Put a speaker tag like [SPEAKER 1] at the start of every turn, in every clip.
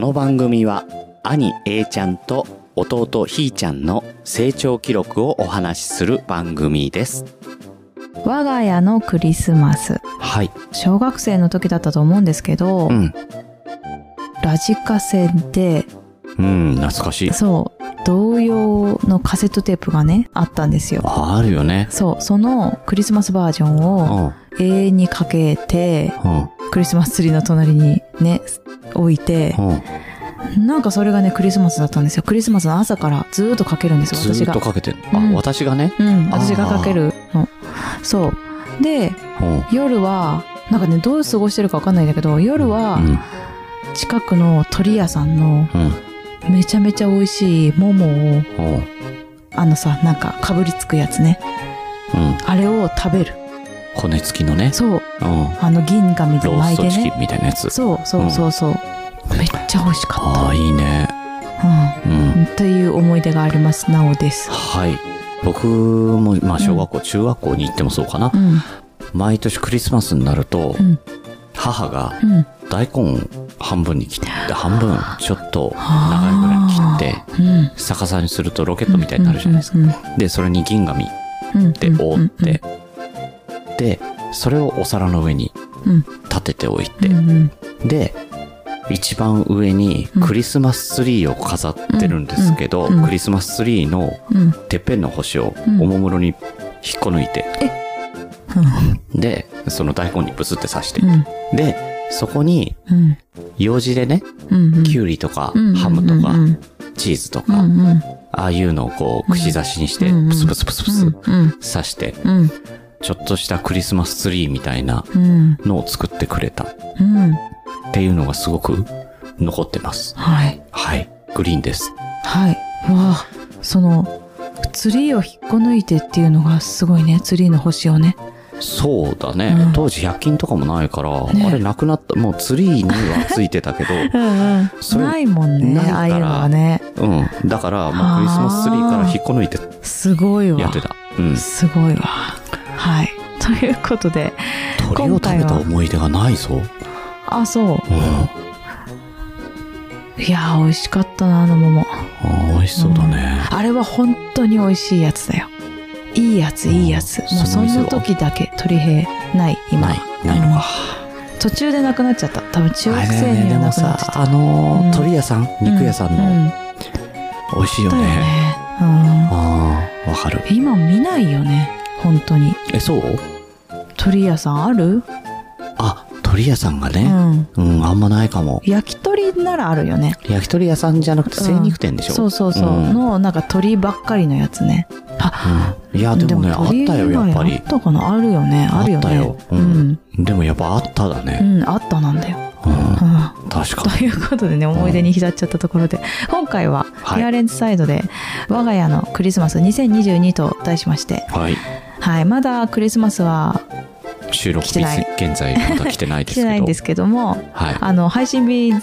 [SPEAKER 1] の番組は兄 A ちゃんと弟ひーちゃんの成長記録をお話しする番組です
[SPEAKER 2] 我が家のクリスマス
[SPEAKER 1] はい
[SPEAKER 2] 小学生の時だったと思うんですけど、
[SPEAKER 1] うん
[SPEAKER 2] ラジカセで
[SPEAKER 1] うん懐かしい
[SPEAKER 2] そう童謡のカセットテープがねあったんですよ
[SPEAKER 1] あるよね
[SPEAKER 2] そうそのクリスマスバージョン
[SPEAKER 1] うん
[SPEAKER 2] を
[SPEAKER 1] うん
[SPEAKER 2] 永遠にかけて
[SPEAKER 1] うん
[SPEAKER 2] クリスマスツリーの隣にね置いてなんかそれがねクリスマスだったんですよクリスマスの朝からずーっとかけるんですよ
[SPEAKER 1] ず
[SPEAKER 2] 私
[SPEAKER 1] ーっ
[SPEAKER 2] が
[SPEAKER 1] とかけてんのあ、
[SPEAKER 2] うん
[SPEAKER 1] 私がね
[SPEAKER 2] うん私がかけるのそうで
[SPEAKER 1] うんうん
[SPEAKER 2] 夜はなんかねどう過ごしてるか分かんないんだけど夜は近くの鳥屋さんの
[SPEAKER 1] うん
[SPEAKER 2] めちゃめちゃ美味しい桃を
[SPEAKER 1] うん
[SPEAKER 2] あのさなんかかぶりつくやつね
[SPEAKER 1] うん
[SPEAKER 2] あれを食べる
[SPEAKER 1] 骨付きのね
[SPEAKER 2] そう
[SPEAKER 1] うん
[SPEAKER 2] あの銀紙で
[SPEAKER 1] ロース
[SPEAKER 2] 巻いて
[SPEAKER 1] トチキ
[SPEAKER 2] ね
[SPEAKER 1] ンみたいなやつ
[SPEAKER 2] そうそうそうそう、めっちゃ美味しか
[SPEAKER 1] ああいいね
[SPEAKER 2] った、うん、
[SPEAKER 1] うん
[SPEAKER 2] という思い出があります。なおです。
[SPEAKER 1] はい僕もまあ小学校、中学校に行ってもそうかな
[SPEAKER 2] う、ん、
[SPEAKER 1] 毎年クリスマスになると、
[SPEAKER 2] うん
[SPEAKER 1] 母が
[SPEAKER 2] うん、
[SPEAKER 1] 大根を半分に切って半分ちょっと長いぐらいに切って
[SPEAKER 2] うん。
[SPEAKER 1] 逆さにするとロケットみたいになるじゃないですか、
[SPEAKER 2] か。
[SPEAKER 1] でそれに銀紙
[SPEAKER 2] うん、
[SPEAKER 1] で覆って、でそれをお皿の上に
[SPEAKER 2] うん
[SPEAKER 1] 立てておい
[SPEAKER 2] うん、
[SPEAKER 1] て
[SPEAKER 2] う、んうん
[SPEAKER 1] で一番上にクリスマスツリーを飾ってるんですけど、
[SPEAKER 2] うんうんうん
[SPEAKER 1] クリスマスツリーの
[SPEAKER 2] うん、
[SPEAKER 1] てっぺんの星を
[SPEAKER 2] うん
[SPEAKER 1] おもむろに引っこ抜いて、
[SPEAKER 2] うん
[SPEAKER 1] でその大根にブスって刺して、
[SPEAKER 2] うん、
[SPEAKER 1] でそこに
[SPEAKER 2] うん、
[SPEAKER 1] 用事でね
[SPEAKER 2] うん、うん。
[SPEAKER 1] きゅうりとか、
[SPEAKER 2] うん
[SPEAKER 1] ハムとか、
[SPEAKER 2] うん、
[SPEAKER 1] チーズと
[SPEAKER 2] う
[SPEAKER 1] か、
[SPEAKER 2] ん、うん
[SPEAKER 1] ああいうのをこう
[SPEAKER 2] うん
[SPEAKER 1] 串刺しにして、
[SPEAKER 2] うん
[SPEAKER 1] プスプスプスプス刺
[SPEAKER 2] うん、
[SPEAKER 1] して、
[SPEAKER 2] うん、うん、
[SPEAKER 1] ちょっとしたクリスマスツリーみたいな
[SPEAKER 2] うん、
[SPEAKER 1] のを作ってくれたっ
[SPEAKER 2] うん。
[SPEAKER 1] ていうのがすごく残ってます。
[SPEAKER 2] はい、
[SPEAKER 1] はい。グリーンです。
[SPEAKER 2] はい。わあ、その、ツリーを引っこ抜いてっていうのがすごいね。ツリーの星をね。
[SPEAKER 1] そうだね。
[SPEAKER 2] うん
[SPEAKER 1] 当時100均とかもないから、
[SPEAKER 2] ね
[SPEAKER 1] あれなくなった。もうツリーにはついてたけ
[SPEAKER 2] うん、うん。
[SPEAKER 1] それ
[SPEAKER 2] ないもんね。
[SPEAKER 1] ないから
[SPEAKER 2] あ あいうのがね。
[SPEAKER 1] ど、うん。だから、まあ、
[SPEAKER 2] あー
[SPEAKER 1] クリスマスツリーから引っこ抜いて
[SPEAKER 2] すごいわ。
[SPEAKER 1] やってた。うん。
[SPEAKER 2] すごいわ。はい。 ということで、
[SPEAKER 1] 鳥を食べた思い出がないぞ。
[SPEAKER 2] あ、そう。
[SPEAKER 1] うん。あ
[SPEAKER 2] いやー、美味しかったな、あの桃。
[SPEAKER 1] ー美味しそうだね。
[SPEAKER 2] あれは本当に美味しいやつだよ。いいやつ、いいやつ。
[SPEAKER 1] うん
[SPEAKER 2] もう
[SPEAKER 1] そ
[SPEAKER 2] そ
[SPEAKER 1] の
[SPEAKER 2] ん
[SPEAKER 1] 店は
[SPEAKER 2] な時だけ、鳥兵、ない、今。
[SPEAKER 1] ない、ないのか。
[SPEAKER 2] うん途中でなくなっちゃった。多分中
[SPEAKER 1] あ
[SPEAKER 2] 学
[SPEAKER 1] れだよ
[SPEAKER 2] 生
[SPEAKER 1] ね、
[SPEAKER 2] に
[SPEAKER 1] で
[SPEAKER 2] は
[SPEAKER 1] も
[SPEAKER 2] なくなっちゃっ
[SPEAKER 1] さ、
[SPEAKER 2] た。
[SPEAKER 1] あのー、鳥屋さん、
[SPEAKER 2] うん
[SPEAKER 1] 肉屋さん
[SPEAKER 2] う
[SPEAKER 1] の、
[SPEAKER 2] ん
[SPEAKER 1] 美味しいよ
[SPEAKER 2] だよ
[SPEAKER 1] ね。
[SPEAKER 2] ね。
[SPEAKER 1] ああ、わかる。
[SPEAKER 2] うん。今見ないよね。本当に。
[SPEAKER 1] え、そう
[SPEAKER 2] 鳥屋さんある
[SPEAKER 1] あ、鳥屋さんが
[SPEAKER 2] う
[SPEAKER 1] ね、
[SPEAKER 2] ん。
[SPEAKER 1] うん、あんまないかも。
[SPEAKER 2] 焼き鳥ならあるよね。
[SPEAKER 1] 焼き鳥屋さんじゃなくて、
[SPEAKER 2] うん
[SPEAKER 1] 精肉店でしょ。
[SPEAKER 2] そうそうそう。
[SPEAKER 1] うん
[SPEAKER 2] の、なんか鳥ばっかりのやつね。
[SPEAKER 1] うんいや、でもね、あったよ、やっぱ
[SPEAKER 2] あ
[SPEAKER 1] り
[SPEAKER 2] っ。たかなあるよね。あるよね。
[SPEAKER 1] あったよう
[SPEAKER 2] うんん。
[SPEAKER 1] でもやっぱあっただ
[SPEAKER 2] う
[SPEAKER 1] ね。
[SPEAKER 2] ん、あったなんだよ。
[SPEAKER 1] うん、
[SPEAKER 2] うん
[SPEAKER 1] 確か
[SPEAKER 2] ということでね、思い出に浸っちゃったところで、今回は、
[SPEAKER 1] はい
[SPEAKER 2] ヘアレンズサイドで、我が家のクリスマス2022と題しまして、
[SPEAKER 1] に。はい。
[SPEAKER 2] はい、まだクリスマスは
[SPEAKER 1] 収録
[SPEAKER 2] 来
[SPEAKER 1] 日、
[SPEAKER 2] てない
[SPEAKER 1] 現在まだ来てないで
[SPEAKER 2] 来
[SPEAKER 1] すけ
[SPEAKER 2] て
[SPEAKER 1] ど。
[SPEAKER 2] ないんですけども、
[SPEAKER 1] はい。
[SPEAKER 2] あの、配信日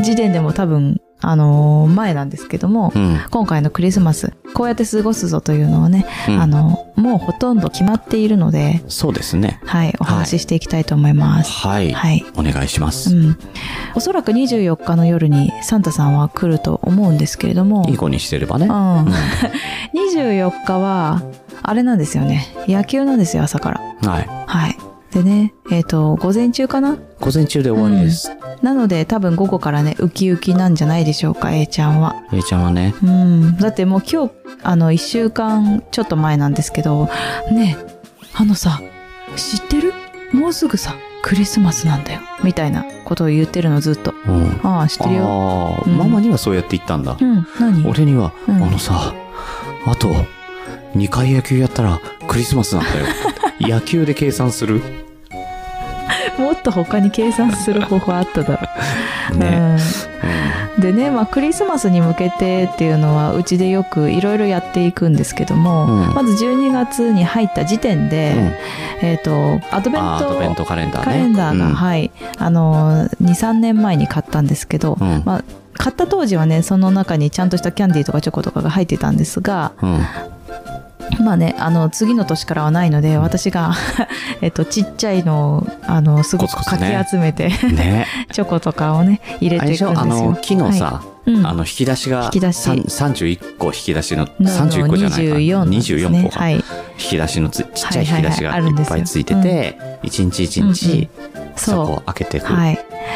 [SPEAKER 2] 時点でも多分、あのー前なんですけども
[SPEAKER 1] う、ん。
[SPEAKER 2] 今回のクリスマス、こうやって過ごすぞというのをね、
[SPEAKER 1] うん
[SPEAKER 2] あの、もうほとんど決まっているので、
[SPEAKER 1] そうですね。
[SPEAKER 2] はい、お話ししていきたいと思います。
[SPEAKER 1] はい。
[SPEAKER 2] はい
[SPEAKER 1] お願いしま
[SPEAKER 2] う
[SPEAKER 1] す。
[SPEAKER 2] ん、おそらく24日の夜にサンタさんは来ると思うんですけれども
[SPEAKER 1] いい子にしてればね。
[SPEAKER 2] うん
[SPEAKER 1] うん、
[SPEAKER 2] 24日はあれなんですよね野球なんですよ朝から
[SPEAKER 1] はい。
[SPEAKER 2] はいでねえっ、と午前中かな
[SPEAKER 1] 午前中で終わりです。
[SPEAKER 2] なので多分午後からねウキウキなんじゃないでしょうか A ちゃんは
[SPEAKER 1] A ちゃんはね、
[SPEAKER 2] うんだってもう今日あの1週間ちょっと前なんですけどねえあのさ知ってるもうすぐさクリスマスなんだよみたいなことを言ってるのずっと
[SPEAKER 1] うん。
[SPEAKER 2] ああ知ってるよ
[SPEAKER 1] ああ、
[SPEAKER 2] うん
[SPEAKER 1] ママにはそうやって言ったんだ。
[SPEAKER 2] うん何
[SPEAKER 1] 俺には、
[SPEAKER 2] うん
[SPEAKER 1] あのさ、あと、2回野球やったらクリスマスなんだ よ。野球で計算する。
[SPEAKER 2] もっと他に計算する方法あっただろ う、
[SPEAKER 1] ね。
[SPEAKER 2] うんでね、まあ、クリスマスに向けてっていうのはうちでよくいろいろやっていくんですけども、
[SPEAKER 1] うん
[SPEAKER 2] まず12月に入った時点
[SPEAKER 1] う
[SPEAKER 2] で
[SPEAKER 1] ん。、
[SPEAKER 2] えっ、とア
[SPEAKER 1] う
[SPEAKER 2] ド
[SPEAKER 1] ん、
[SPEAKER 2] ベ
[SPEAKER 1] あーアドベン
[SPEAKER 2] ント
[SPEAKER 1] トカレンダーね。
[SPEAKER 2] カレンダーが、
[SPEAKER 1] うん
[SPEAKER 2] はいあの23年前に買ったんですけど、
[SPEAKER 1] うん
[SPEAKER 2] まあ、買った当時はねその中にちゃんとしたキャンディーとかチョコとかが入ってたんですが
[SPEAKER 1] うん。
[SPEAKER 2] まあね、あの、次の年からはないので、私が、 えっと、ちっちゃいのを、あの、すごく
[SPEAKER 1] コツ
[SPEAKER 2] か
[SPEAKER 1] コツ
[SPEAKER 2] き
[SPEAKER 1] ね
[SPEAKER 2] 集めて、
[SPEAKER 1] ね。
[SPEAKER 2] チョコとかをね、入れ
[SPEAKER 1] あれ
[SPEAKER 2] て
[SPEAKER 1] で
[SPEAKER 2] い
[SPEAKER 1] し
[SPEAKER 2] くんで
[SPEAKER 1] ょあ
[SPEAKER 2] す
[SPEAKER 1] の
[SPEAKER 2] よ。
[SPEAKER 1] 木のさ、
[SPEAKER 2] うん
[SPEAKER 1] あの引き出しが
[SPEAKER 2] 引き出し
[SPEAKER 1] さん31個引き出しの
[SPEAKER 2] の
[SPEAKER 1] 31個じゃないか
[SPEAKER 2] 24なんですね
[SPEAKER 1] 24個か、
[SPEAKER 2] はい。
[SPEAKER 1] 引き出しのつちっちゃい引き出しが
[SPEAKER 2] はいはいはいあ
[SPEAKER 1] い
[SPEAKER 2] るんで
[SPEAKER 1] っ
[SPEAKER 2] すよ
[SPEAKER 1] ぱいついてて、一日一日そこを
[SPEAKER 2] そ。
[SPEAKER 1] 開けていうく、
[SPEAKER 2] はい。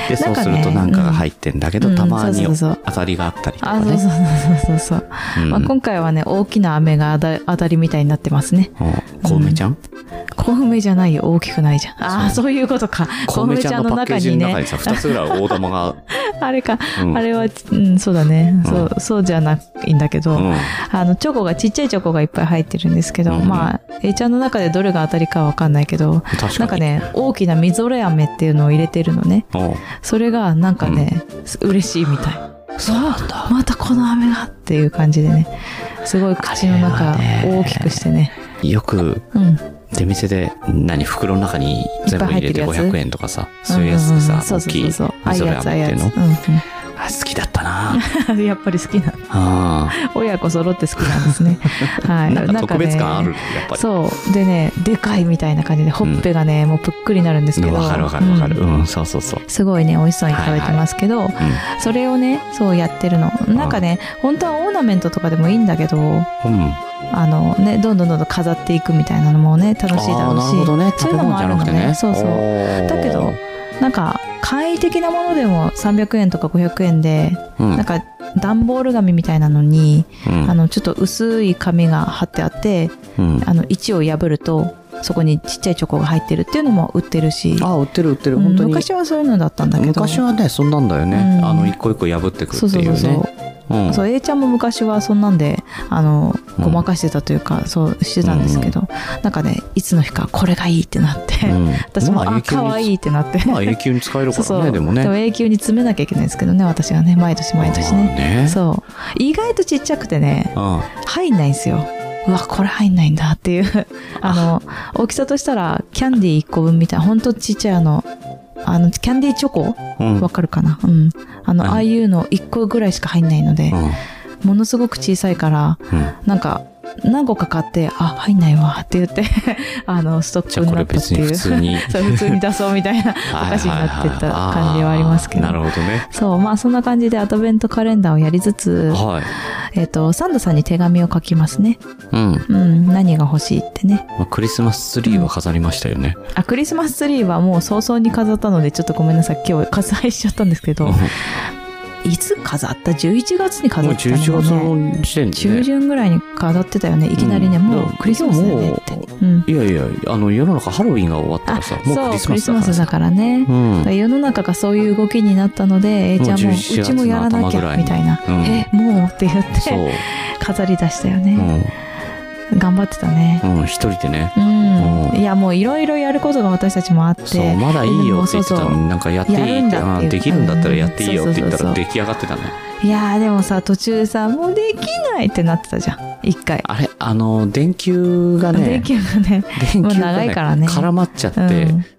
[SPEAKER 1] で
[SPEAKER 2] な
[SPEAKER 1] そ
[SPEAKER 2] ん
[SPEAKER 1] う
[SPEAKER 2] かね
[SPEAKER 1] するとなんかが入ってんだけど、
[SPEAKER 2] うん
[SPEAKER 1] たまに
[SPEAKER 2] そうそうそう
[SPEAKER 1] 当たりがあったりとか
[SPEAKER 2] あ、そう
[SPEAKER 1] ね
[SPEAKER 2] そうそうそうそう。
[SPEAKER 1] うん
[SPEAKER 2] まあ、今回はね、大きな飴があだ当たりみたいになってますね。
[SPEAKER 1] うん小梅ちゃん、
[SPEAKER 2] コウメじゃないよ、大きくないじゃん。ああ、そういうことか。
[SPEAKER 1] 小梅ちゃんのパッケージの中にさ、2つぐ らい大玉が、
[SPEAKER 2] あれか、
[SPEAKER 1] うん
[SPEAKER 2] あれは、うん、そうだね、
[SPEAKER 1] うん
[SPEAKER 2] そう、そうじゃないんだけど、
[SPEAKER 1] うん
[SPEAKER 2] あの、チョコが、ちっちゃいチョコがいっぱい入ってるんですけど、
[SPEAKER 1] うん
[SPEAKER 2] まあ、A ちゃんの中でどれが当たりかわかんないけど、
[SPEAKER 1] 確かに。
[SPEAKER 2] なんかね、大きなみぞれ飴っていうのを入れてるのね。
[SPEAKER 1] おう
[SPEAKER 2] それが、なんかね、嬉しいみたい。そうなんだ。またこの飴がっていう感じでね、すごい口の
[SPEAKER 1] あ
[SPEAKER 2] 中
[SPEAKER 1] れはね
[SPEAKER 2] 大きくしてね、
[SPEAKER 1] よく
[SPEAKER 2] うん。
[SPEAKER 1] 出店で何袋の中に全部入れて
[SPEAKER 2] いっぱい入ってる
[SPEAKER 1] 500
[SPEAKER 2] やつ
[SPEAKER 1] 円とかさそういうやつで
[SPEAKER 2] んん
[SPEAKER 1] さ
[SPEAKER 2] んそう
[SPEAKER 1] 大
[SPEAKER 2] そう
[SPEAKER 1] きい
[SPEAKER 2] そう
[SPEAKER 1] み
[SPEAKER 2] そう
[SPEAKER 1] ぞれ
[SPEAKER 2] ああいうやつ、ああい
[SPEAKER 1] 飴っていうう
[SPEAKER 2] やつ
[SPEAKER 1] の
[SPEAKER 2] うんう
[SPEAKER 1] あ
[SPEAKER 2] ん
[SPEAKER 1] 好きだった な
[SPEAKER 2] やっぱり好きな
[SPEAKER 1] あ
[SPEAKER 2] 親子揃って好きなんです ね。は
[SPEAKER 1] ー
[SPEAKER 2] い。
[SPEAKER 1] なんか特別感ある
[SPEAKER 2] ね
[SPEAKER 1] やっぱり
[SPEAKER 2] そう。でね、でかいみたいな感じで、ほっぺがね、もうぷっくりなるんですけ
[SPEAKER 1] うん
[SPEAKER 2] ど。
[SPEAKER 1] わかるわかるわかる
[SPEAKER 2] うん
[SPEAKER 1] うんそうそうそう
[SPEAKER 2] すごいね、美味しそうに食べてますけど、
[SPEAKER 1] うん
[SPEAKER 2] それをね、そうやってるの。なんかね、本当はオーナメントとかでもいいんだけど、
[SPEAKER 1] うん
[SPEAKER 2] あのね、どんどんどんどん飾っていくみたいなのもね、楽しいだ
[SPEAKER 1] あー
[SPEAKER 2] ろう
[SPEAKER 1] なるほどね
[SPEAKER 2] し。そうい
[SPEAKER 1] 食べ
[SPEAKER 2] うのも
[SPEAKER 1] 物じゃなくて
[SPEAKER 2] あるのね
[SPEAKER 1] ね
[SPEAKER 2] そうそう
[SPEAKER 1] おー
[SPEAKER 2] だけどなんか、簡易的なものでも300円とか500円で、
[SPEAKER 1] うん
[SPEAKER 2] なんか、段ボール紙みたいなのに、
[SPEAKER 1] うん
[SPEAKER 2] あの、ちょっと薄い紙が貼ってあって、
[SPEAKER 1] うん
[SPEAKER 2] あの、1を破ると、そこにちっちゃいチョコが入ってるっていうのも売ってるし、
[SPEAKER 1] あ売ってる売ってる
[SPEAKER 2] うん
[SPEAKER 1] 本当に
[SPEAKER 2] 昔はそういうのだったんだけど。
[SPEAKER 1] 昔はねそんなんだよ
[SPEAKER 2] う
[SPEAKER 1] ね
[SPEAKER 2] ん
[SPEAKER 1] あの一個一個破ってくって
[SPEAKER 2] そうそう
[SPEAKER 1] い
[SPEAKER 2] そううそう、
[SPEAKER 1] ねうん
[SPEAKER 2] そう A ちゃんも昔はそんなんであの
[SPEAKER 1] うん
[SPEAKER 2] ごまかしてたというか、そうしてたんですけど、なんかねいつの日かこれがいいってなって、
[SPEAKER 1] うん
[SPEAKER 2] 私も、
[SPEAKER 1] まあ
[SPEAKER 2] あ
[SPEAKER 1] 永久
[SPEAKER 2] 可
[SPEAKER 1] に
[SPEAKER 2] 愛いってなって、
[SPEAKER 1] まあ永久に使えるか
[SPEAKER 2] そうそ
[SPEAKER 1] ら
[SPEAKER 2] う
[SPEAKER 1] ねでもね
[SPEAKER 2] 永久に詰めなきゃいけないんですけどね私がね毎年毎年
[SPEAKER 1] まあ
[SPEAKER 2] ねそう意外とちっちゃくてね
[SPEAKER 1] うん
[SPEAKER 2] 入んないんですようわこれ入んないんだっていう あの大きさとしたらキャンディー1個分みたいなほんとちっちゃいあのあのキャンディーチョコ
[SPEAKER 1] うん
[SPEAKER 2] わかるかなうんあの、
[SPEAKER 1] うん
[SPEAKER 2] ああいうの1個ぐらいしか入んないので、
[SPEAKER 1] うん
[SPEAKER 2] ものすごく小さいから
[SPEAKER 1] うん
[SPEAKER 2] なんか何個か買ってあ入んないわって言って あのストッ
[SPEAKER 1] じ
[SPEAKER 2] ク
[SPEAKER 1] ゃあ
[SPEAKER 2] に
[SPEAKER 1] こ
[SPEAKER 2] な
[SPEAKER 1] れ
[SPEAKER 2] ったっ
[SPEAKER 1] 別
[SPEAKER 2] て
[SPEAKER 1] に
[SPEAKER 2] いう
[SPEAKER 1] 普通に
[SPEAKER 2] そう普通に出そうみたい なお菓子になってった感じはありますけど
[SPEAKER 1] なるほどね。
[SPEAKER 2] そうまあそんな感じでアドベントカレンダーをやりつつ、
[SPEAKER 1] はい。
[SPEAKER 2] えっとサンドさんに手紙を書きますね
[SPEAKER 1] うん。
[SPEAKER 2] うん何が欲しいってね
[SPEAKER 1] まあクリスマスツリーは飾りましたよね。
[SPEAKER 2] あクリスマスツリーはもう早々に飾ったのでちょっとごめんなさい今日割愛しちゃったんですけど
[SPEAKER 1] も
[SPEAKER 2] いつ飾った ?11 月に
[SPEAKER 1] う
[SPEAKER 2] 飾った
[SPEAKER 1] 11
[SPEAKER 2] の
[SPEAKER 1] 月
[SPEAKER 2] よね
[SPEAKER 1] の時点で
[SPEAKER 2] 中
[SPEAKER 1] ね。
[SPEAKER 2] 旬ぐらいに飾ってたよねいきなりね、
[SPEAKER 1] うん
[SPEAKER 2] もうクリスマスだよねってうん
[SPEAKER 1] いやいや、あの、世の中ハロウィンが終わったからさ、もうクリスマスだから
[SPEAKER 2] そうクリスマスだ
[SPEAKER 1] さ。
[SPEAKER 2] からね、だ
[SPEAKER 1] う
[SPEAKER 2] か
[SPEAKER 1] ん
[SPEAKER 2] ら。世の中がそういう動きになったので A ちゃんも
[SPEAKER 1] も
[SPEAKER 2] う
[SPEAKER 1] う11
[SPEAKER 2] ちもやらなき
[SPEAKER 1] 月の頭ぐら
[SPEAKER 2] ゃ
[SPEAKER 1] いに
[SPEAKER 2] みたいな、
[SPEAKER 1] うん
[SPEAKER 2] えもうって言っ
[SPEAKER 1] そ
[SPEAKER 2] て
[SPEAKER 1] う。
[SPEAKER 2] 飾り出したよ
[SPEAKER 1] う
[SPEAKER 2] ね、
[SPEAKER 1] ん
[SPEAKER 2] 頑張ってたね。
[SPEAKER 1] うん、一人でね。
[SPEAKER 2] うん、
[SPEAKER 1] うん
[SPEAKER 2] いやもういろいろやることが私たちもあって
[SPEAKER 1] そう、まだいいよって言ってた
[SPEAKER 2] でもそ
[SPEAKER 1] の
[SPEAKER 2] うそ
[SPEAKER 1] に、なんかやってい
[SPEAKER 2] やる
[SPEAKER 1] い
[SPEAKER 2] ん
[SPEAKER 1] って、あ
[SPEAKER 2] だっていう
[SPEAKER 1] できるんだったらやっていいよって言った
[SPEAKER 2] うんそうそうそうそう
[SPEAKER 1] ら出来上がってたね。
[SPEAKER 2] いやーでもさ途中でさもうできないってなってたじゃん一回、
[SPEAKER 1] あれ、あの、電球が
[SPEAKER 2] で
[SPEAKER 1] ね、
[SPEAKER 2] きるのね
[SPEAKER 1] 電
[SPEAKER 2] もう
[SPEAKER 1] 球
[SPEAKER 2] 長
[SPEAKER 1] が
[SPEAKER 2] い
[SPEAKER 1] ね、
[SPEAKER 2] からね
[SPEAKER 1] 絡まっちゃっ
[SPEAKER 2] うん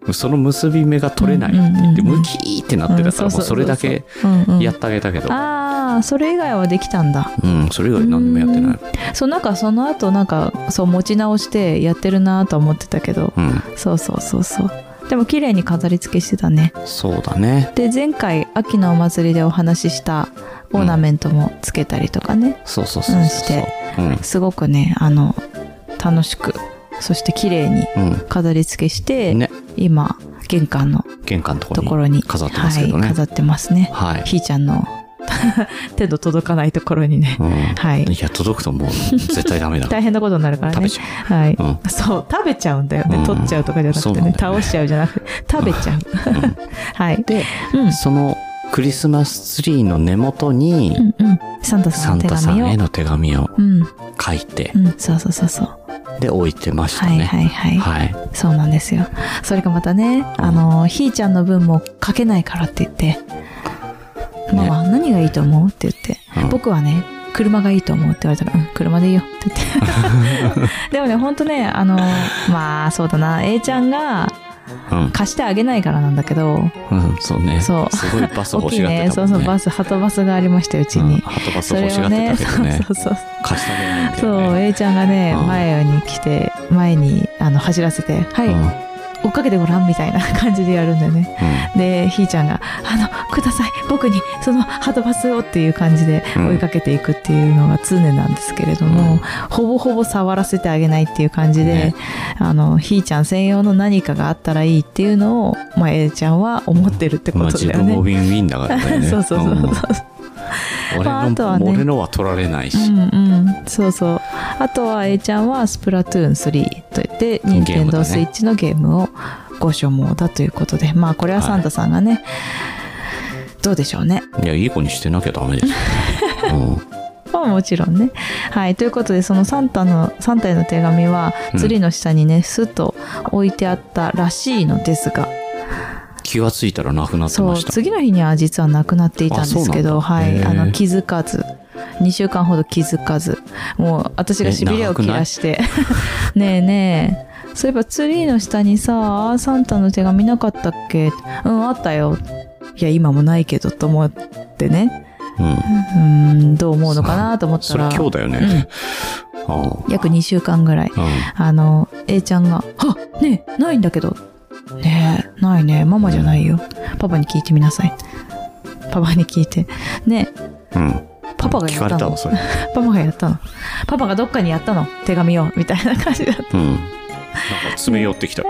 [SPEAKER 1] て、その結び目が取れないって言って、
[SPEAKER 2] うんうんうん
[SPEAKER 1] ムキーってなってたから、もうそれだけ
[SPEAKER 2] うんうん
[SPEAKER 1] やってあげたけど、
[SPEAKER 2] ああそれ以外はできたんだ
[SPEAKER 1] うん、それ以外何にもやってない。
[SPEAKER 2] そうなんかその後なんかそう持ち直してやってるなとは思ってたけど
[SPEAKER 1] うん、
[SPEAKER 2] そうそうそうそうでも綺麗に飾り付けしてたね
[SPEAKER 1] そうだね。
[SPEAKER 2] で前回秋のお祭りでお話ししたオーナメントもつけたりとかね、
[SPEAKER 1] そうそうそうそ
[SPEAKER 2] うん
[SPEAKER 1] う。
[SPEAKER 2] して
[SPEAKER 1] うん、
[SPEAKER 2] すごくねあの楽しくそして綺麗に
[SPEAKER 1] うん。
[SPEAKER 2] 飾り付けして、
[SPEAKER 1] ね、
[SPEAKER 2] 今玄関の
[SPEAKER 1] 玄関のと
[SPEAKER 2] と
[SPEAKER 1] こ
[SPEAKER 2] こ
[SPEAKER 1] ろ
[SPEAKER 2] ろ
[SPEAKER 1] に
[SPEAKER 2] に
[SPEAKER 1] 飾ってますけど
[SPEAKER 2] は
[SPEAKER 1] ね
[SPEAKER 2] い、。飾ってますね
[SPEAKER 1] はい。
[SPEAKER 2] ひーちゃんの 手の届かないところにね、
[SPEAKER 1] う
[SPEAKER 2] はい
[SPEAKER 1] ん。いや、届くともう絶対ダメだ。
[SPEAKER 2] 大変なことになるから
[SPEAKER 1] 食べ
[SPEAKER 2] ね
[SPEAKER 1] ちゃ
[SPEAKER 2] はい、
[SPEAKER 1] う。
[SPEAKER 2] そう食べちゃうんだよね、
[SPEAKER 1] うん
[SPEAKER 2] 取っちゃうとかじゃなくて
[SPEAKER 1] そう
[SPEAKER 2] ね
[SPEAKER 1] なんだよね
[SPEAKER 2] 倒しちゃうじゃなくて食べちゃう
[SPEAKER 1] うん。うん
[SPEAKER 2] はい
[SPEAKER 1] で、
[SPEAKER 2] うん
[SPEAKER 1] そのクリスマスツリーの根元に
[SPEAKER 2] う、んうんサンタさ
[SPEAKER 1] サン
[SPEAKER 2] んの手
[SPEAKER 1] タさ
[SPEAKER 2] 紙
[SPEAKER 1] ん
[SPEAKER 2] を
[SPEAKER 1] への手紙を
[SPEAKER 2] うん
[SPEAKER 1] 書いて
[SPEAKER 2] う、んそうそうそうそう
[SPEAKER 1] で、置いてました
[SPEAKER 2] はい
[SPEAKER 1] ね。
[SPEAKER 2] はいはい、
[SPEAKER 1] はい。
[SPEAKER 2] そうなんですよそれがまたねあのひーちゃんの分も書けないからって言って「ママ何がいいと思う?」って言って
[SPEAKER 1] うん
[SPEAKER 2] 「僕はね車がいいと思う」って言われたから「うん車でいいよ」って言ってでもねほんとねあのまあそうだな A ちゃんが
[SPEAKER 1] うん。
[SPEAKER 2] 貸してあげないからなんだけ
[SPEAKER 1] う
[SPEAKER 2] ど、
[SPEAKER 1] ん、そうね。
[SPEAKER 2] そう
[SPEAKER 1] すごいバス
[SPEAKER 2] 大
[SPEAKER 1] 欲
[SPEAKER 2] き
[SPEAKER 1] し
[SPEAKER 2] い
[SPEAKER 1] がって
[SPEAKER 2] ね、
[SPEAKER 1] た
[SPEAKER 2] そ
[SPEAKER 1] も
[SPEAKER 2] うん
[SPEAKER 1] ね。
[SPEAKER 2] そう、バス、ハトバスがありました、うち
[SPEAKER 1] うん
[SPEAKER 2] に。
[SPEAKER 1] ハトバス
[SPEAKER 2] そ
[SPEAKER 1] 欲
[SPEAKER 2] れ
[SPEAKER 1] し
[SPEAKER 2] を
[SPEAKER 1] がって
[SPEAKER 2] ね、
[SPEAKER 1] たけどね。
[SPEAKER 2] そうそうそう。
[SPEAKER 1] 貸してあげないんだよ
[SPEAKER 2] そう、
[SPEAKER 1] ね。
[SPEAKER 2] A ちゃんがね、
[SPEAKER 1] うん
[SPEAKER 2] 前に来て、前にあの走らせて、はい、
[SPEAKER 1] うん
[SPEAKER 2] 追っかけてごらんみたいな感じでやるんだよね。で、ひーちゃんが、あの、ください、僕にそのハトバスをっていう感じで
[SPEAKER 1] うん
[SPEAKER 2] 追いかけていくっていうのが常なんですけれども、
[SPEAKER 1] うん
[SPEAKER 2] ほぼほぼ触らせてあげないっていう感じで、
[SPEAKER 1] ね
[SPEAKER 2] あの、ひーちゃん専用の何かがあったらいいっていうのを、まあ、A ちゃんは思ってるって
[SPEAKER 1] うん。ま
[SPEAKER 2] こ
[SPEAKER 1] あ
[SPEAKER 2] と
[SPEAKER 1] 自
[SPEAKER 2] だよ
[SPEAKER 1] 分
[SPEAKER 2] ね。
[SPEAKER 1] もウィンウィンだからね。
[SPEAKER 2] そうそうそうそう。
[SPEAKER 1] うん
[SPEAKER 2] まああ
[SPEAKER 1] 俺
[SPEAKER 2] とは
[SPEAKER 1] の、
[SPEAKER 2] ね
[SPEAKER 1] 俺のは取られないし。
[SPEAKER 2] うんうん、そうそうあとは A ちゃんは「スプラトゥーン3」といって
[SPEAKER 1] ゲームだね
[SPEAKER 2] 任天堂スイッチのゲームをご所望だということでまあこれはサンタさんがね、どうでしょうね
[SPEAKER 1] いや、いい子にしてなきゃダ メですよ。うん
[SPEAKER 2] まあもちろんねはいということでそのサンタのサンタへの手紙は
[SPEAKER 1] うん
[SPEAKER 2] ツリーの下にねすっと置いてあったらしいのですが、
[SPEAKER 1] 気がついたらなくなって
[SPEAKER 2] そ
[SPEAKER 1] ま
[SPEAKER 2] う
[SPEAKER 1] した。
[SPEAKER 2] 次の日には実はなくなっていたんですけど
[SPEAKER 1] あそう
[SPEAKER 2] は
[SPEAKER 1] なんだ
[SPEAKER 2] いあ
[SPEAKER 1] へー
[SPEAKER 2] の気づかず2週間ほど気づかずもう私がしびれを切らして ねえねえそういえばツリーの下にさサンタの手紙なかったっけうんあったよいや今もないけどと思ってね
[SPEAKER 1] うん。
[SPEAKER 2] うーんどう思うのかなと思った
[SPEAKER 1] それ
[SPEAKER 2] ら
[SPEAKER 1] 今日だよね。あ
[SPEAKER 2] 約2週間ぐらい
[SPEAKER 1] あ。うん。
[SPEAKER 2] あの A ちゃんが「あねえないんだけど」ねえないねママじゃないよパパに聞いてみなさいパパに聞いてねえ
[SPEAKER 1] うん。
[SPEAKER 2] パパが
[SPEAKER 1] 聞
[SPEAKER 2] や
[SPEAKER 1] か
[SPEAKER 2] っ
[SPEAKER 1] れ
[SPEAKER 2] た
[SPEAKER 1] た
[SPEAKER 2] の
[SPEAKER 1] のそれ。
[SPEAKER 2] パパがやったのパパがどっかにやったの手紙をみたいな感じだった
[SPEAKER 1] うん。なんか詰め寄ってきた。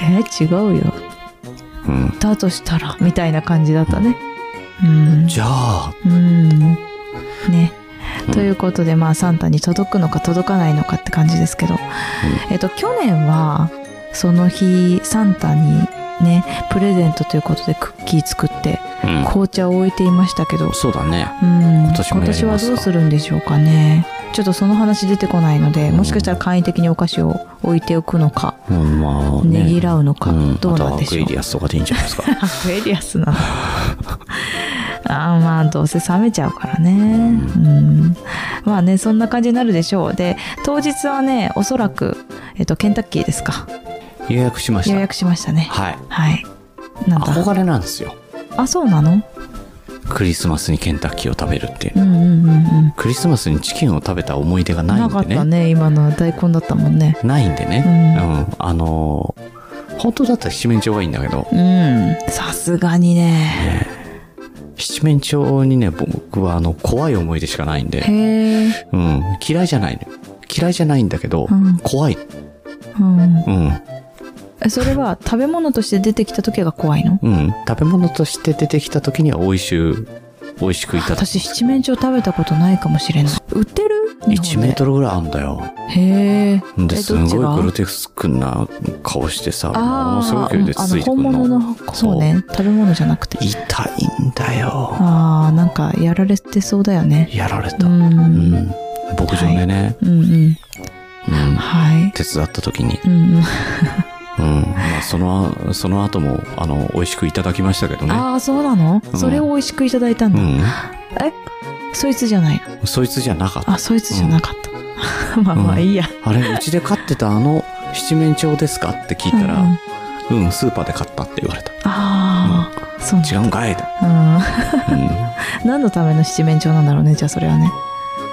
[SPEAKER 2] えー違うよ
[SPEAKER 1] うん。
[SPEAKER 2] だとしたらみたいな感じだったねうん
[SPEAKER 1] じゃあ、
[SPEAKER 2] うんね
[SPEAKER 1] うん
[SPEAKER 2] ということでまあサンタに届くのか届かないのかって感じですけど、えっと去年はその日サンタにねプレゼントということでクッキー作って
[SPEAKER 1] うん。
[SPEAKER 2] 紅茶を置いていましたけど、
[SPEAKER 1] そうだね。
[SPEAKER 2] うん、今
[SPEAKER 1] 年もやりますか
[SPEAKER 2] はどうするんでしょうかねちょっとその話出てこないのでもしかしたら簡易的にお菓子を置いておくのか、
[SPEAKER 1] うん、まあ
[SPEAKER 2] ねぎ
[SPEAKER 1] ね。
[SPEAKER 2] らうのか、
[SPEAKER 1] うん。
[SPEAKER 2] どう
[SPEAKER 1] あと
[SPEAKER 2] な
[SPEAKER 1] は
[SPEAKER 2] ん
[SPEAKER 1] ア
[SPEAKER 2] で
[SPEAKER 1] ク
[SPEAKER 2] しょ
[SPEAKER 1] エ
[SPEAKER 2] う
[SPEAKER 1] リアスとかでいいんじゃないですか。
[SPEAKER 2] アクエリアスなのあーまあどうせ冷めちゃうからね、うんまあねそんな感じになるでしょうで当日はねおそらく、えっと、ケンタッキーですか
[SPEAKER 1] 予約しまし
[SPEAKER 2] 予
[SPEAKER 1] た。
[SPEAKER 2] 約しましたね
[SPEAKER 1] はい。
[SPEAKER 2] はいなんだ
[SPEAKER 1] 憧れなんですよ。
[SPEAKER 2] あそうなの
[SPEAKER 1] クリスマスにケンタッキーを食べるっていう
[SPEAKER 2] う。んうんうんうん
[SPEAKER 1] クリスマスにチキンを食べた思い出がない
[SPEAKER 2] なんかっ
[SPEAKER 1] で
[SPEAKER 2] た
[SPEAKER 1] ね。
[SPEAKER 2] ね今のは大根だったもんね
[SPEAKER 1] ないんでね。
[SPEAKER 2] う
[SPEAKER 1] うん。あのー、本当だったら七面鳥がいいんだけど、
[SPEAKER 2] うんさすがにね
[SPEAKER 1] 七面鳥にね、僕はあの、怖い思い出しかないんで。
[SPEAKER 2] へえ
[SPEAKER 1] うん、嫌いじゃないのよ嫌いじゃないんだけど、
[SPEAKER 2] うん
[SPEAKER 1] 怖い。
[SPEAKER 2] うん
[SPEAKER 1] うん。
[SPEAKER 2] えそれは食べ物として出てきた時が怖いの
[SPEAKER 1] うん。食べ物として出てきた時には美味しゅう、美味しくいただく。
[SPEAKER 2] 私七面鳥食べたことないかもしれない売ってる
[SPEAKER 1] 1メートルぐらいあんだよ。
[SPEAKER 2] ルへえ
[SPEAKER 1] で、
[SPEAKER 2] え
[SPEAKER 1] す
[SPEAKER 2] どっちが
[SPEAKER 1] ごいグロテスクな顔してさ、もの
[SPEAKER 2] あ
[SPEAKER 1] すごい
[SPEAKER 2] あ
[SPEAKER 1] 勢いでつ
[SPEAKER 2] あ
[SPEAKER 1] つ
[SPEAKER 2] の
[SPEAKER 1] いてく
[SPEAKER 2] 本
[SPEAKER 1] るの。
[SPEAKER 2] 物のそうね食べ物じゃなくて
[SPEAKER 1] 痛いんだよ。
[SPEAKER 2] ああなんかやられてそうだよね
[SPEAKER 1] やられ
[SPEAKER 2] う
[SPEAKER 1] た。うん。
[SPEAKER 2] んうん
[SPEAKER 1] 牧場でね、
[SPEAKER 2] うん
[SPEAKER 1] うん。
[SPEAKER 2] はい
[SPEAKER 1] 手伝った時に。
[SPEAKER 2] うんうん
[SPEAKER 1] うん。まあ、その、その後も、あの、美味しくいただきましたけどね。
[SPEAKER 2] ああそうなの
[SPEAKER 1] うん
[SPEAKER 2] それを美味しくいただいたん
[SPEAKER 1] う
[SPEAKER 2] だ
[SPEAKER 1] ん。
[SPEAKER 2] えそいつじゃないの
[SPEAKER 1] そいつじゃなかった。
[SPEAKER 2] あそいつじゃなかった まあまあいいや
[SPEAKER 1] あれ、うちで飼ってたあの七面鳥ですかって聞いたら、
[SPEAKER 2] うんうん
[SPEAKER 1] うん、スーパーで買ったって言われた。
[SPEAKER 2] ああそうなんだ
[SPEAKER 1] 違うんかいだ。
[SPEAKER 2] うん
[SPEAKER 1] うん、
[SPEAKER 2] 何のための七面鳥なんだろうねじゃあそれはね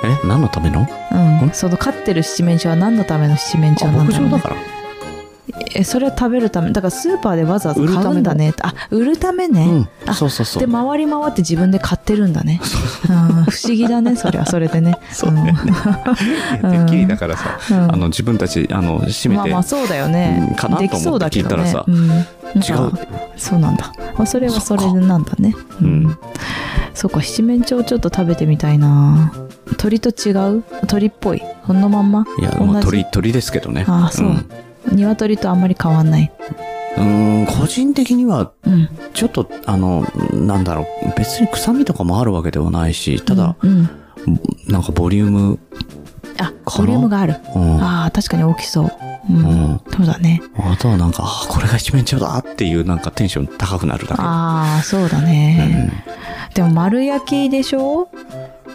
[SPEAKER 1] え、何のための
[SPEAKER 2] うん
[SPEAKER 1] ん
[SPEAKER 2] その飼ってる七面鳥は何のための七面
[SPEAKER 1] あ
[SPEAKER 2] 鳥なん
[SPEAKER 1] 牧
[SPEAKER 2] だろう、
[SPEAKER 1] 場だ
[SPEAKER 2] ね、
[SPEAKER 1] から。
[SPEAKER 2] えそれは食べるためだからスーパーでわざわざ買うんだねあ売るためね、
[SPEAKER 1] うん、
[SPEAKER 2] あ
[SPEAKER 1] そうそうそう。
[SPEAKER 2] で回り回って自分で買ってるんだね、うん、不思議だねそれはそれでね
[SPEAKER 1] そうだよね
[SPEAKER 2] うん
[SPEAKER 1] てっきりだからさ、
[SPEAKER 2] うん
[SPEAKER 1] あの自分たちあの閉
[SPEAKER 2] うん
[SPEAKER 1] め
[SPEAKER 2] まあ
[SPEAKER 1] て、
[SPEAKER 2] まあそうだよね、
[SPEAKER 1] うんかなと思
[SPEAKER 2] で
[SPEAKER 1] って
[SPEAKER 2] きそうだけど、ね、
[SPEAKER 1] 聞いたらさ
[SPEAKER 2] うん、なん
[SPEAKER 1] 違
[SPEAKER 2] かそうなんだ、まあ、それはそれでなんだね
[SPEAKER 1] かうん
[SPEAKER 2] そうか七面鳥ちょっと食べてみたいな鳥と違う鳥っぽいそのまんま
[SPEAKER 1] いや、
[SPEAKER 2] 同
[SPEAKER 1] もう
[SPEAKER 2] じ
[SPEAKER 1] 鳥鳥ですけどね。
[SPEAKER 2] ああそう、
[SPEAKER 1] うん
[SPEAKER 2] 鶏とあんまり変わんない
[SPEAKER 1] うん、個人的には
[SPEAKER 2] うん
[SPEAKER 1] ちょっとあのなんだろう別に臭みとかもあるわけではないし、ただ、
[SPEAKER 2] うん、うん
[SPEAKER 1] なんかボリューム、
[SPEAKER 2] あボリュームがある
[SPEAKER 1] うん、
[SPEAKER 2] ああ確かに大きそううん、
[SPEAKER 1] うん
[SPEAKER 2] そうだね
[SPEAKER 1] あとはなんか、あーこれが七面鳥だっていうなんかテンション高くなるだけ。
[SPEAKER 2] ああそうだね、でも丸焼きでしょ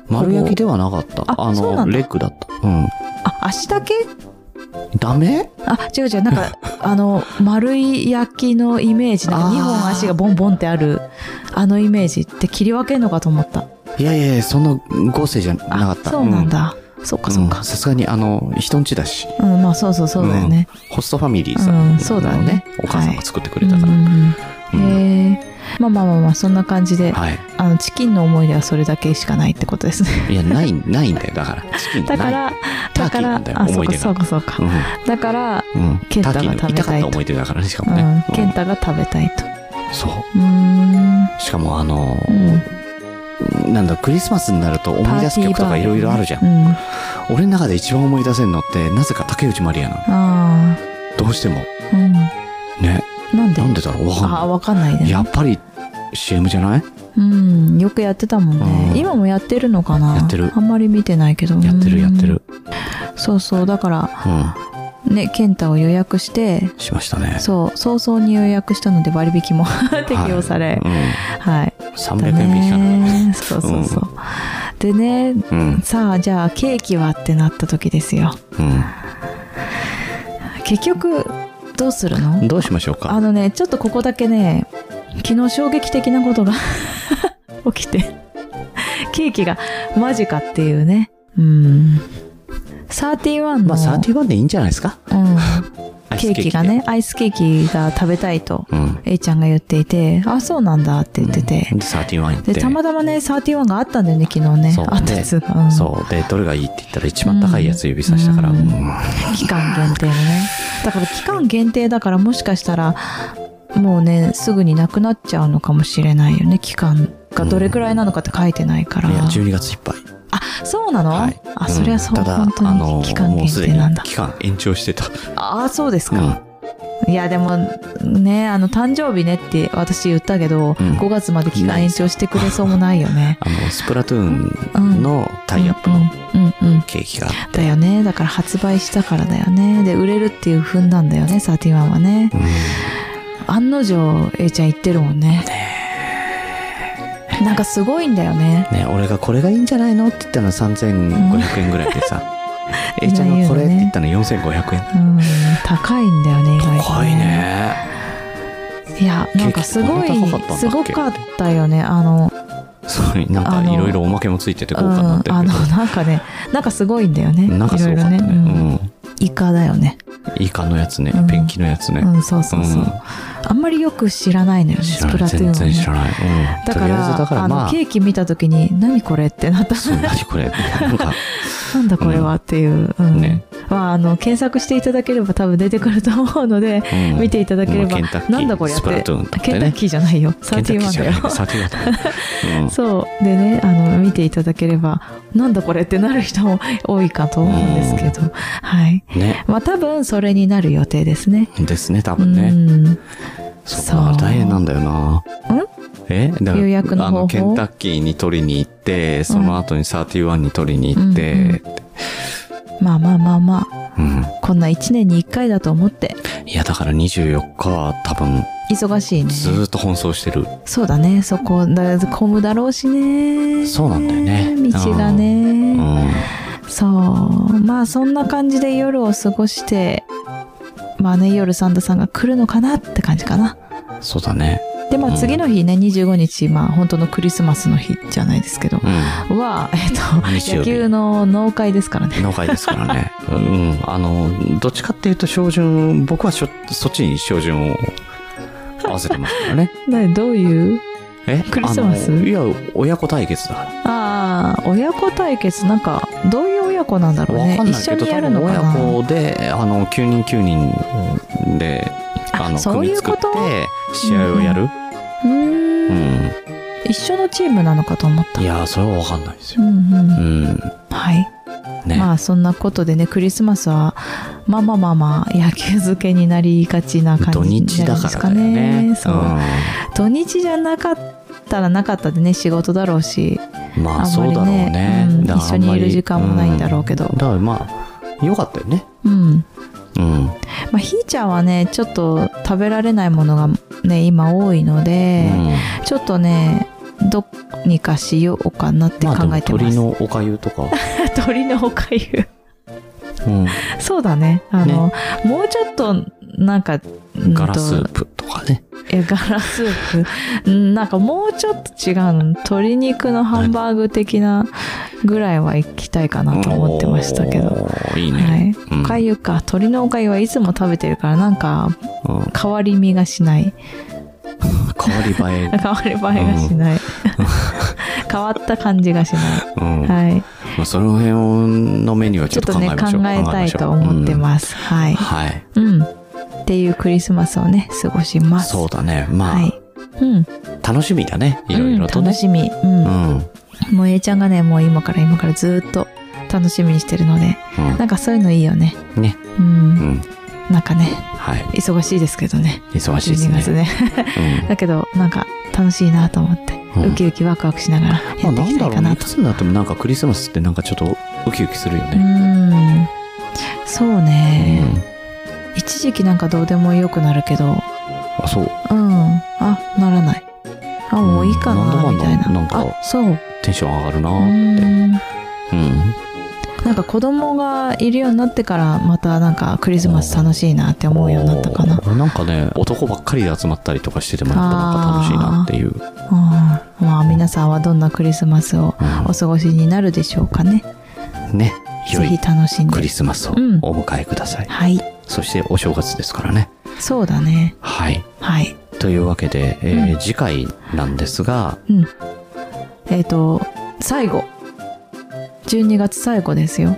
[SPEAKER 1] 丸焼きではなかった。
[SPEAKER 2] あ
[SPEAKER 1] あ
[SPEAKER 2] そうな
[SPEAKER 1] の、
[SPEAKER 2] んだ
[SPEAKER 1] レッグだった。うん。
[SPEAKER 2] あ足だけ
[SPEAKER 1] ダメ
[SPEAKER 2] あ、違う違う、なんか、 あの、丸い焼きのイメージ、なんか2
[SPEAKER 1] あー
[SPEAKER 2] 本足がボンボンってある、あのイメージって切り分けるのかと思った。
[SPEAKER 1] いやいやいや、その合成じゃなかった。
[SPEAKER 2] そうなんだ。そっ
[SPEAKER 1] う
[SPEAKER 2] か
[SPEAKER 1] ん。
[SPEAKER 2] そっ
[SPEAKER 1] うん
[SPEAKER 2] か。
[SPEAKER 1] さすがに、あの、人んちだし、
[SPEAKER 2] うん、まあそうそうそうだよね。
[SPEAKER 1] ホストファミリーさ
[SPEAKER 2] うんんそうだよね
[SPEAKER 1] お母さんが作ってく
[SPEAKER 2] う
[SPEAKER 1] れ
[SPEAKER 2] ん
[SPEAKER 1] た
[SPEAKER 2] う
[SPEAKER 1] から。
[SPEAKER 2] んう
[SPEAKER 1] うん
[SPEAKER 2] ん。へえ。まあまあまあまあ、そんな感じで、
[SPEAKER 1] はい。
[SPEAKER 2] あの、チキンの思い出はそれだけしかないってことですね。
[SPEAKER 1] いや、ない、ないんだよ。だから、チキンが
[SPEAKER 2] だ
[SPEAKER 1] な
[SPEAKER 2] か
[SPEAKER 1] い。
[SPEAKER 2] ら、
[SPEAKER 1] タ
[SPEAKER 2] だ
[SPEAKER 1] ーキ
[SPEAKER 2] か
[SPEAKER 1] ー
[SPEAKER 2] ら
[SPEAKER 1] なんだ、よ
[SPEAKER 2] あ、そ
[SPEAKER 1] 思
[SPEAKER 2] う
[SPEAKER 1] い
[SPEAKER 2] か
[SPEAKER 1] 出
[SPEAKER 2] そう
[SPEAKER 1] が。
[SPEAKER 2] かそうか。だから、
[SPEAKER 1] うん。うん。
[SPEAKER 2] ケンタ
[SPEAKER 1] タ
[SPEAKER 2] が
[SPEAKER 1] ーキーの
[SPEAKER 2] 食べ
[SPEAKER 1] 痛
[SPEAKER 2] た
[SPEAKER 1] かっ
[SPEAKER 2] いと
[SPEAKER 1] た思い出だからね、しか
[SPEAKER 2] う
[SPEAKER 1] もね。
[SPEAKER 2] ん
[SPEAKER 1] う、ん
[SPEAKER 2] ケンタが食べたいと。
[SPEAKER 1] そう。
[SPEAKER 2] うーん。
[SPEAKER 1] しかも、あの、
[SPEAKER 2] うん
[SPEAKER 1] なんだ、クリスマスになると思い出す曲とかいろいろあるじゃん。
[SPEAKER 2] うん。
[SPEAKER 1] 俺の中で一番思い出せるのって、なぜか竹内まりやなの。
[SPEAKER 2] あ
[SPEAKER 1] どうしても。
[SPEAKER 2] あ。うん。
[SPEAKER 1] ね。
[SPEAKER 2] なんで
[SPEAKER 1] なんでだろうわかん
[SPEAKER 2] あ、
[SPEAKER 1] な
[SPEAKER 2] わかんない
[SPEAKER 1] い。
[SPEAKER 2] ね。
[SPEAKER 1] やっぱり、CM じゃない
[SPEAKER 2] うん、よくやってたもんね。
[SPEAKER 1] うん
[SPEAKER 2] 今もやってるのかな
[SPEAKER 1] やってる
[SPEAKER 2] あんまり見てないけど。
[SPEAKER 1] やってるやってる。
[SPEAKER 2] うん。そうそう、だから、
[SPEAKER 1] うん。
[SPEAKER 2] ね、ケンタを予約して、
[SPEAKER 1] しましたね。
[SPEAKER 2] そう、早々に予約したので割引も 適用され。
[SPEAKER 1] うん。
[SPEAKER 2] はい。
[SPEAKER 1] 300円引きかな。
[SPEAKER 2] ねそうそうそう。でね、
[SPEAKER 1] うん。
[SPEAKER 2] さあ、じゃあ、ケーキはってなった時ですよ。結局、どうする
[SPEAKER 1] うん。
[SPEAKER 2] の
[SPEAKER 1] どうしましょう
[SPEAKER 2] あ
[SPEAKER 1] か。
[SPEAKER 2] のね、ちょっとここだけね、昨日衝撃的なことが 起きて、ケーキがマジかっていうね。うん。31の、
[SPEAKER 1] まあ、31でいいんじゃないですか
[SPEAKER 2] うん、
[SPEAKER 1] アイス
[SPEAKER 2] ケーキが
[SPEAKER 1] で。
[SPEAKER 2] ね、アイスケーキが食べたいと、
[SPEAKER 1] うん。
[SPEAKER 2] A ちゃんが言っていて、あ、そうなんだって言ってて。
[SPEAKER 1] で、31行って。
[SPEAKER 2] で、たまたまね、31があったんだよね、昨日ね。
[SPEAKER 1] そう
[SPEAKER 2] あったやつが。うん
[SPEAKER 1] そう。で、どれがいいって言ったら一番高いやつ指さしたから。
[SPEAKER 2] う
[SPEAKER 1] うんん
[SPEAKER 2] 期間限定のねだから期間限定だからもしかしたらもうねすぐになくなっちゃうのかもしれないよね期間がどれくらいなのかって書いてないから、
[SPEAKER 1] いや、12月いっぱい。
[SPEAKER 2] そうなの、
[SPEAKER 1] はい。
[SPEAKER 2] あそりゃそう、
[SPEAKER 1] んただ
[SPEAKER 2] 本当
[SPEAKER 1] あ
[SPEAKER 2] に
[SPEAKER 1] の
[SPEAKER 2] 期間
[SPEAKER 1] もう
[SPEAKER 2] 限
[SPEAKER 1] すで
[SPEAKER 2] 定
[SPEAKER 1] に
[SPEAKER 2] なんだ
[SPEAKER 1] 期間延長してた。
[SPEAKER 2] ああそうです
[SPEAKER 1] う
[SPEAKER 2] か、
[SPEAKER 1] ん
[SPEAKER 2] いやでもねあの誕生日ねって私言ったけど、
[SPEAKER 1] うん
[SPEAKER 2] 5月まで期間延長してくれそうもない よね
[SPEAKER 1] あの、スプラトゥーンのタイアップ
[SPEAKER 2] うん
[SPEAKER 1] の
[SPEAKER 2] うんうん
[SPEAKER 1] ケーキがあっ
[SPEAKER 2] だ
[SPEAKER 1] て。
[SPEAKER 2] よねだから発売したからだよねで売れるっていう踏んだんだよね31はね
[SPEAKER 1] うん
[SPEAKER 2] 案の定 A ちゃん言ってるもんねなんかすごいんだよね
[SPEAKER 1] ね、俺がこれがいいんじゃないのって言ったの3500円ぐらいでさ。えいちゃんがこれって言ったの4500円。
[SPEAKER 2] うん高いんだよね意外とね
[SPEAKER 1] 高いね。
[SPEAKER 2] いやなんかすごい
[SPEAKER 1] ケーキこんな高かったんだっけ
[SPEAKER 2] すごかったよねあの
[SPEAKER 1] そう、なん
[SPEAKER 2] あ
[SPEAKER 1] か
[SPEAKER 2] の
[SPEAKER 1] いろいろおまけもついてて豪華になって
[SPEAKER 2] うんあ
[SPEAKER 1] る
[SPEAKER 2] のなんかねなんかすごいんだよね
[SPEAKER 1] けど。なんかすごかったね。
[SPEAKER 2] いろいろうんイカだよね
[SPEAKER 1] うん。イカのやつね
[SPEAKER 2] うん、
[SPEAKER 1] ペンキのやつね
[SPEAKER 2] う。んそうそうそう、
[SPEAKER 1] うん
[SPEAKER 2] あんまりよく知らないのよね
[SPEAKER 1] 知
[SPEAKER 2] ス
[SPEAKER 1] ら
[SPEAKER 2] プ
[SPEAKER 1] な
[SPEAKER 2] ラ
[SPEAKER 1] い。
[SPEAKER 2] トゥーン
[SPEAKER 1] 全
[SPEAKER 2] をね
[SPEAKER 1] 然知らない。うん。
[SPEAKER 2] だ
[SPEAKER 1] と
[SPEAKER 2] か
[SPEAKER 1] りあえ
[SPEAKER 2] ら
[SPEAKER 1] ずだから
[SPEAKER 2] あ
[SPEAKER 1] ま
[SPEAKER 2] の
[SPEAKER 1] あ
[SPEAKER 2] ケ、ーキ見た時に何これってなった
[SPEAKER 1] そう、何これなんか
[SPEAKER 2] なんだこれはっていう、うん
[SPEAKER 1] ね。
[SPEAKER 2] まあ、あの検索していただければ多分出てくると思うので、
[SPEAKER 1] うん
[SPEAKER 2] 見ていただければ
[SPEAKER 1] うんケンタッキー
[SPEAKER 2] なんだこれっ
[SPEAKER 1] スプラ
[SPEAKER 2] て
[SPEAKER 1] トゥーンとか
[SPEAKER 2] ケンタッ
[SPEAKER 1] ね。
[SPEAKER 2] キーじゃないよ
[SPEAKER 1] ケンタッキー
[SPEAKER 2] 31
[SPEAKER 1] じゃ
[SPEAKER 2] だ
[SPEAKER 1] ない。
[SPEAKER 2] よ
[SPEAKER 1] 31だね。うん
[SPEAKER 2] そうでねあの見ていただければなんだこれってなる人も多いかと思うんですけど、はい
[SPEAKER 1] ね。
[SPEAKER 2] まあ多分それになる予定ですね
[SPEAKER 1] ですね、多分ね。
[SPEAKER 2] うん
[SPEAKER 1] そうか
[SPEAKER 2] そう
[SPEAKER 1] 大変なんだよな。えだから
[SPEAKER 2] 予約の方法
[SPEAKER 1] あの、ケンタッキーに取りに行って、その後に31に取りに行って、
[SPEAKER 2] まあまあまあまあ
[SPEAKER 1] うん。
[SPEAKER 2] こんな1年に1回だと思って
[SPEAKER 1] いや、だから24日は多分、
[SPEAKER 2] 忙しいね
[SPEAKER 1] ずーっと奔走してる。
[SPEAKER 2] そうだねそこだ混むだろうしね
[SPEAKER 1] そうなんだよね
[SPEAKER 2] 道がね、
[SPEAKER 1] うん。
[SPEAKER 2] そうまあそんな感じで夜を過ごしてまあね夜サンタさんが来るのかなって感じかな
[SPEAKER 1] そうだね。
[SPEAKER 2] でま
[SPEAKER 1] う
[SPEAKER 2] あ
[SPEAKER 1] ん
[SPEAKER 2] 次の日ね25日まあ本当のクリスマスの日じゃないですけど
[SPEAKER 1] うん。
[SPEAKER 2] はえっ
[SPEAKER 1] 日
[SPEAKER 2] と
[SPEAKER 1] 曜日
[SPEAKER 2] 野球の農会ですからね
[SPEAKER 1] 農会ですから ね。うん。あの、どっちかっていうと、照準、僕はしょそっちに照準を合わせてますから ね。
[SPEAKER 2] などういう
[SPEAKER 1] え
[SPEAKER 2] クリスマス
[SPEAKER 1] あのいや、親子対決だから。
[SPEAKER 2] ああ親子対決なんかどういう親子なんだろう
[SPEAKER 1] わ
[SPEAKER 2] ね
[SPEAKER 1] かん
[SPEAKER 2] 一
[SPEAKER 1] ない
[SPEAKER 2] 緒
[SPEAKER 1] けど、
[SPEAKER 2] にや
[SPEAKER 1] 多
[SPEAKER 2] る
[SPEAKER 1] 分
[SPEAKER 2] のか
[SPEAKER 1] 親子
[SPEAKER 2] な
[SPEAKER 1] で、あの、9人9人で、
[SPEAKER 2] あ
[SPEAKER 1] あの、
[SPEAKER 2] そういう
[SPEAKER 1] 組作っ
[SPEAKER 2] こと
[SPEAKER 1] て、試合をやる。
[SPEAKER 2] う
[SPEAKER 1] う
[SPEAKER 2] ーん
[SPEAKER 1] ん。
[SPEAKER 2] 一緒のチームなのかと思った
[SPEAKER 1] いやー、それはわかんないです
[SPEAKER 2] う
[SPEAKER 1] よ。
[SPEAKER 2] んうん
[SPEAKER 1] うん。
[SPEAKER 2] はい
[SPEAKER 1] ね。
[SPEAKER 2] まあそんなことでねクリスマスはまあまあまあまあ野球漬けになりがちな感
[SPEAKER 1] 土
[SPEAKER 2] じに
[SPEAKER 1] 日だ
[SPEAKER 2] なるんで
[SPEAKER 1] か
[SPEAKER 2] す
[SPEAKER 1] ら
[SPEAKER 2] か
[SPEAKER 1] だよ
[SPEAKER 2] ね
[SPEAKER 1] ね。
[SPEAKER 2] そう、
[SPEAKER 1] う
[SPEAKER 2] 土日じゃなかったらなかったでね仕事だろうし
[SPEAKER 1] ん。ま
[SPEAKER 2] あ
[SPEAKER 1] あ、
[SPEAKER 2] ん
[SPEAKER 1] そ
[SPEAKER 2] ま
[SPEAKER 1] う
[SPEAKER 2] り
[SPEAKER 1] だろう
[SPEAKER 2] ね
[SPEAKER 1] ね
[SPEAKER 2] うん。
[SPEAKER 1] だから
[SPEAKER 2] 一緒にいる時間もないんだろうけど
[SPEAKER 1] あんまりうんだからまあ、よかったよね。
[SPEAKER 2] うん
[SPEAKER 1] うん。
[SPEAKER 2] まあひーちゃんはねちょっと食べられないものがね今多いので、
[SPEAKER 1] うん
[SPEAKER 2] ちょっとねどうにかしようかなって
[SPEAKER 1] まあ、
[SPEAKER 2] 考
[SPEAKER 1] でも
[SPEAKER 2] えてます、
[SPEAKER 1] 鳥のおかゆとか、
[SPEAKER 2] 鳥のおかゆ
[SPEAKER 1] うん
[SPEAKER 2] そうだね。あの、もうちょっと、なんか、うんと
[SPEAKER 1] ガラスープとかね。
[SPEAKER 2] え、ガラスープ。うんなんかもうちょっと違うの。鶏肉のハンバーグ的なぐらいは行きたいかなと思ってましたけど。
[SPEAKER 1] おー。いい
[SPEAKER 2] は
[SPEAKER 1] ね。
[SPEAKER 2] い。
[SPEAKER 1] うん
[SPEAKER 2] おかゆか。鶏のおかゆはいつも食べてるから、なんか、
[SPEAKER 1] うん
[SPEAKER 2] 変わり身がしない。
[SPEAKER 1] 変わり 映え。
[SPEAKER 2] 変わり映えが しない。変わった感じがしな
[SPEAKER 1] うん
[SPEAKER 2] い。はい。
[SPEAKER 1] まあ、その辺のメニューはち
[SPEAKER 2] ち
[SPEAKER 1] ょ
[SPEAKER 2] ょ
[SPEAKER 1] っ
[SPEAKER 2] っ
[SPEAKER 1] と
[SPEAKER 2] と
[SPEAKER 1] 考え
[SPEAKER 2] ね、
[SPEAKER 1] ま
[SPEAKER 2] 考
[SPEAKER 1] しょう。
[SPEAKER 2] えたいと思って
[SPEAKER 1] す。
[SPEAKER 2] ます。は
[SPEAKER 1] うん
[SPEAKER 2] い。
[SPEAKER 1] はい。
[SPEAKER 2] うん。っていうクリスマスをね、過ごします。
[SPEAKER 1] そうだね。まあ、
[SPEAKER 2] はい。うん。
[SPEAKER 1] 楽しみだね。いろいろと
[SPEAKER 2] うん
[SPEAKER 1] ね
[SPEAKER 2] 楽。しみ。うん。
[SPEAKER 1] うん。うん
[SPEAKER 2] もうえいちゃんがね、もう今から今からずーっと楽しみにしてるので、なんかそういうのいいよね。
[SPEAKER 1] ね。
[SPEAKER 2] う。
[SPEAKER 1] うんん。
[SPEAKER 2] なんかね、
[SPEAKER 1] はい。
[SPEAKER 2] 忙しいですけどね。
[SPEAKER 1] 忙しいで
[SPEAKER 2] 12月
[SPEAKER 1] すね。
[SPEAKER 2] ね。だけど、なんか楽しいなと思って、
[SPEAKER 1] うん
[SPEAKER 2] ウキウキワクワクしながらや
[SPEAKER 1] うん。
[SPEAKER 2] って
[SPEAKER 1] まあ、
[SPEAKER 2] い
[SPEAKER 1] な
[SPEAKER 2] き
[SPEAKER 1] ん
[SPEAKER 2] た
[SPEAKER 1] だろ
[SPEAKER 2] い
[SPEAKER 1] う
[SPEAKER 2] か
[SPEAKER 1] ね。
[SPEAKER 2] ないと。
[SPEAKER 1] つになってもなんかクリスマスってなんかちょっとウキウキするよね。
[SPEAKER 2] うん。そう
[SPEAKER 1] う
[SPEAKER 2] ね、
[SPEAKER 1] ん。
[SPEAKER 2] 一時期なんかどうでもよくなるけど、
[SPEAKER 1] あ、そう。
[SPEAKER 2] うん。あ、ならない。あ、もういいか
[SPEAKER 1] うんなんだか
[SPEAKER 2] な、
[SPEAKER 1] ん
[SPEAKER 2] み
[SPEAKER 1] だ
[SPEAKER 2] たい
[SPEAKER 1] な
[SPEAKER 2] な。
[SPEAKER 1] んか
[SPEAKER 2] あ、そう。
[SPEAKER 1] テンション上がるな
[SPEAKER 2] う
[SPEAKER 1] ーって。
[SPEAKER 2] ん。
[SPEAKER 1] うん。
[SPEAKER 2] なんか子供がいるようになってからまたなんかクリスマス楽しいなって思うようになったかな。
[SPEAKER 1] おー。なんかね、男ばっかりで集まったりとかしててもやっぱなんか楽しいなっていう。
[SPEAKER 2] あーまあ皆さんはどんなクリスマスをお過ごしになるでしょうかね。
[SPEAKER 1] うんね。良
[SPEAKER 2] ぜ
[SPEAKER 1] い
[SPEAKER 2] ひ楽しん
[SPEAKER 1] クリ
[SPEAKER 2] で。
[SPEAKER 1] スマスを
[SPEAKER 2] うん
[SPEAKER 1] お迎えください。
[SPEAKER 2] はい。
[SPEAKER 1] そしてお正月ですからね。
[SPEAKER 2] そうだね。
[SPEAKER 1] はい。
[SPEAKER 2] はい。
[SPEAKER 1] というわけで、えー
[SPEAKER 2] うん
[SPEAKER 1] 次回なんですが、
[SPEAKER 2] うん。えっ、と、最後。12月最後ですよ。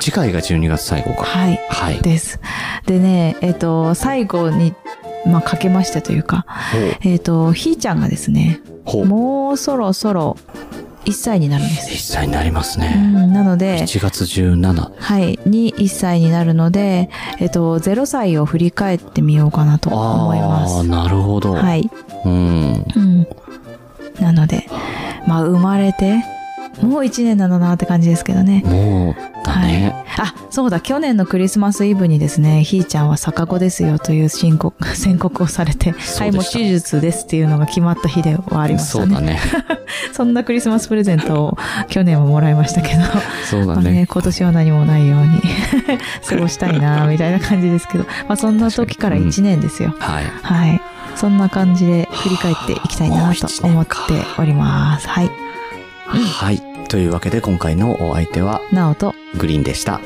[SPEAKER 1] 次回が12月最後か。
[SPEAKER 2] はい。
[SPEAKER 1] はい。
[SPEAKER 2] です。でね、えっ、と、最後に、まあ、かけましてというか、えっ、と、ひーちゃんがですね、
[SPEAKER 1] ほう。ほう。
[SPEAKER 2] もうそろそろ1歳になるんです。
[SPEAKER 1] 実際になります
[SPEAKER 2] う
[SPEAKER 1] ね。
[SPEAKER 2] ん、なので、
[SPEAKER 1] 1月17。
[SPEAKER 2] はい、に1歳になるので、えっと、0歳を振り返ってみようかなと思いま
[SPEAKER 1] ああ、
[SPEAKER 2] す。
[SPEAKER 1] なるほど。
[SPEAKER 2] はい。
[SPEAKER 1] うん。
[SPEAKER 2] うん。なので、まあ、生まれて、もう1年なのなって感じですけどね。
[SPEAKER 1] もう、だね。
[SPEAKER 2] あ、そうだ、去年のクリスマスイブにですね、ひーちゃんは逆子ですよという申告、 宣告をされて、
[SPEAKER 1] そ
[SPEAKER 2] は
[SPEAKER 1] う
[SPEAKER 2] い、
[SPEAKER 1] で
[SPEAKER 2] もう
[SPEAKER 1] した
[SPEAKER 2] 手術ですっていうのが決まった日ではありました
[SPEAKER 1] そ
[SPEAKER 2] ね。
[SPEAKER 1] うだね。
[SPEAKER 2] そんなクリスマスプレゼントを去年はもらいましたけど、
[SPEAKER 1] そう
[SPEAKER 2] ま
[SPEAKER 1] だ
[SPEAKER 2] あね、
[SPEAKER 1] ね。
[SPEAKER 2] 今年は何もないよう に過ごしたいなみたいな感じですけど、まあ、そんな時から1年ですよ、
[SPEAKER 1] はい。
[SPEAKER 2] はいそんな感じで振り返っていきたいなと思っておりますはい
[SPEAKER 1] はい。というわけで今回のお相手は
[SPEAKER 2] なおと
[SPEAKER 1] グリーンでした。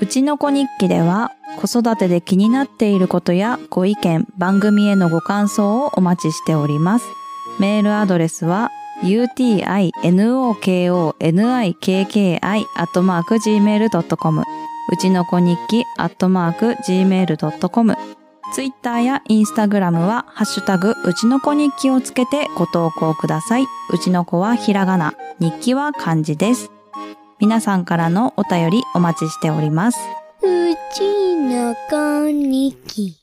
[SPEAKER 3] うちの子日記では子育てで気になっていることやご意見、番組へのご感想をお待ちしております。メールアドレスは utinokonikki.gmail.com うちの子日記 .gmail.com ツイッターやインスタグラムはハッシュタグうちの子日記をつけてご投稿ください。うちの子はひらがな、日記は漢字です。皆さんからのお便りお待ちしております。
[SPEAKER 4] うちのこにき。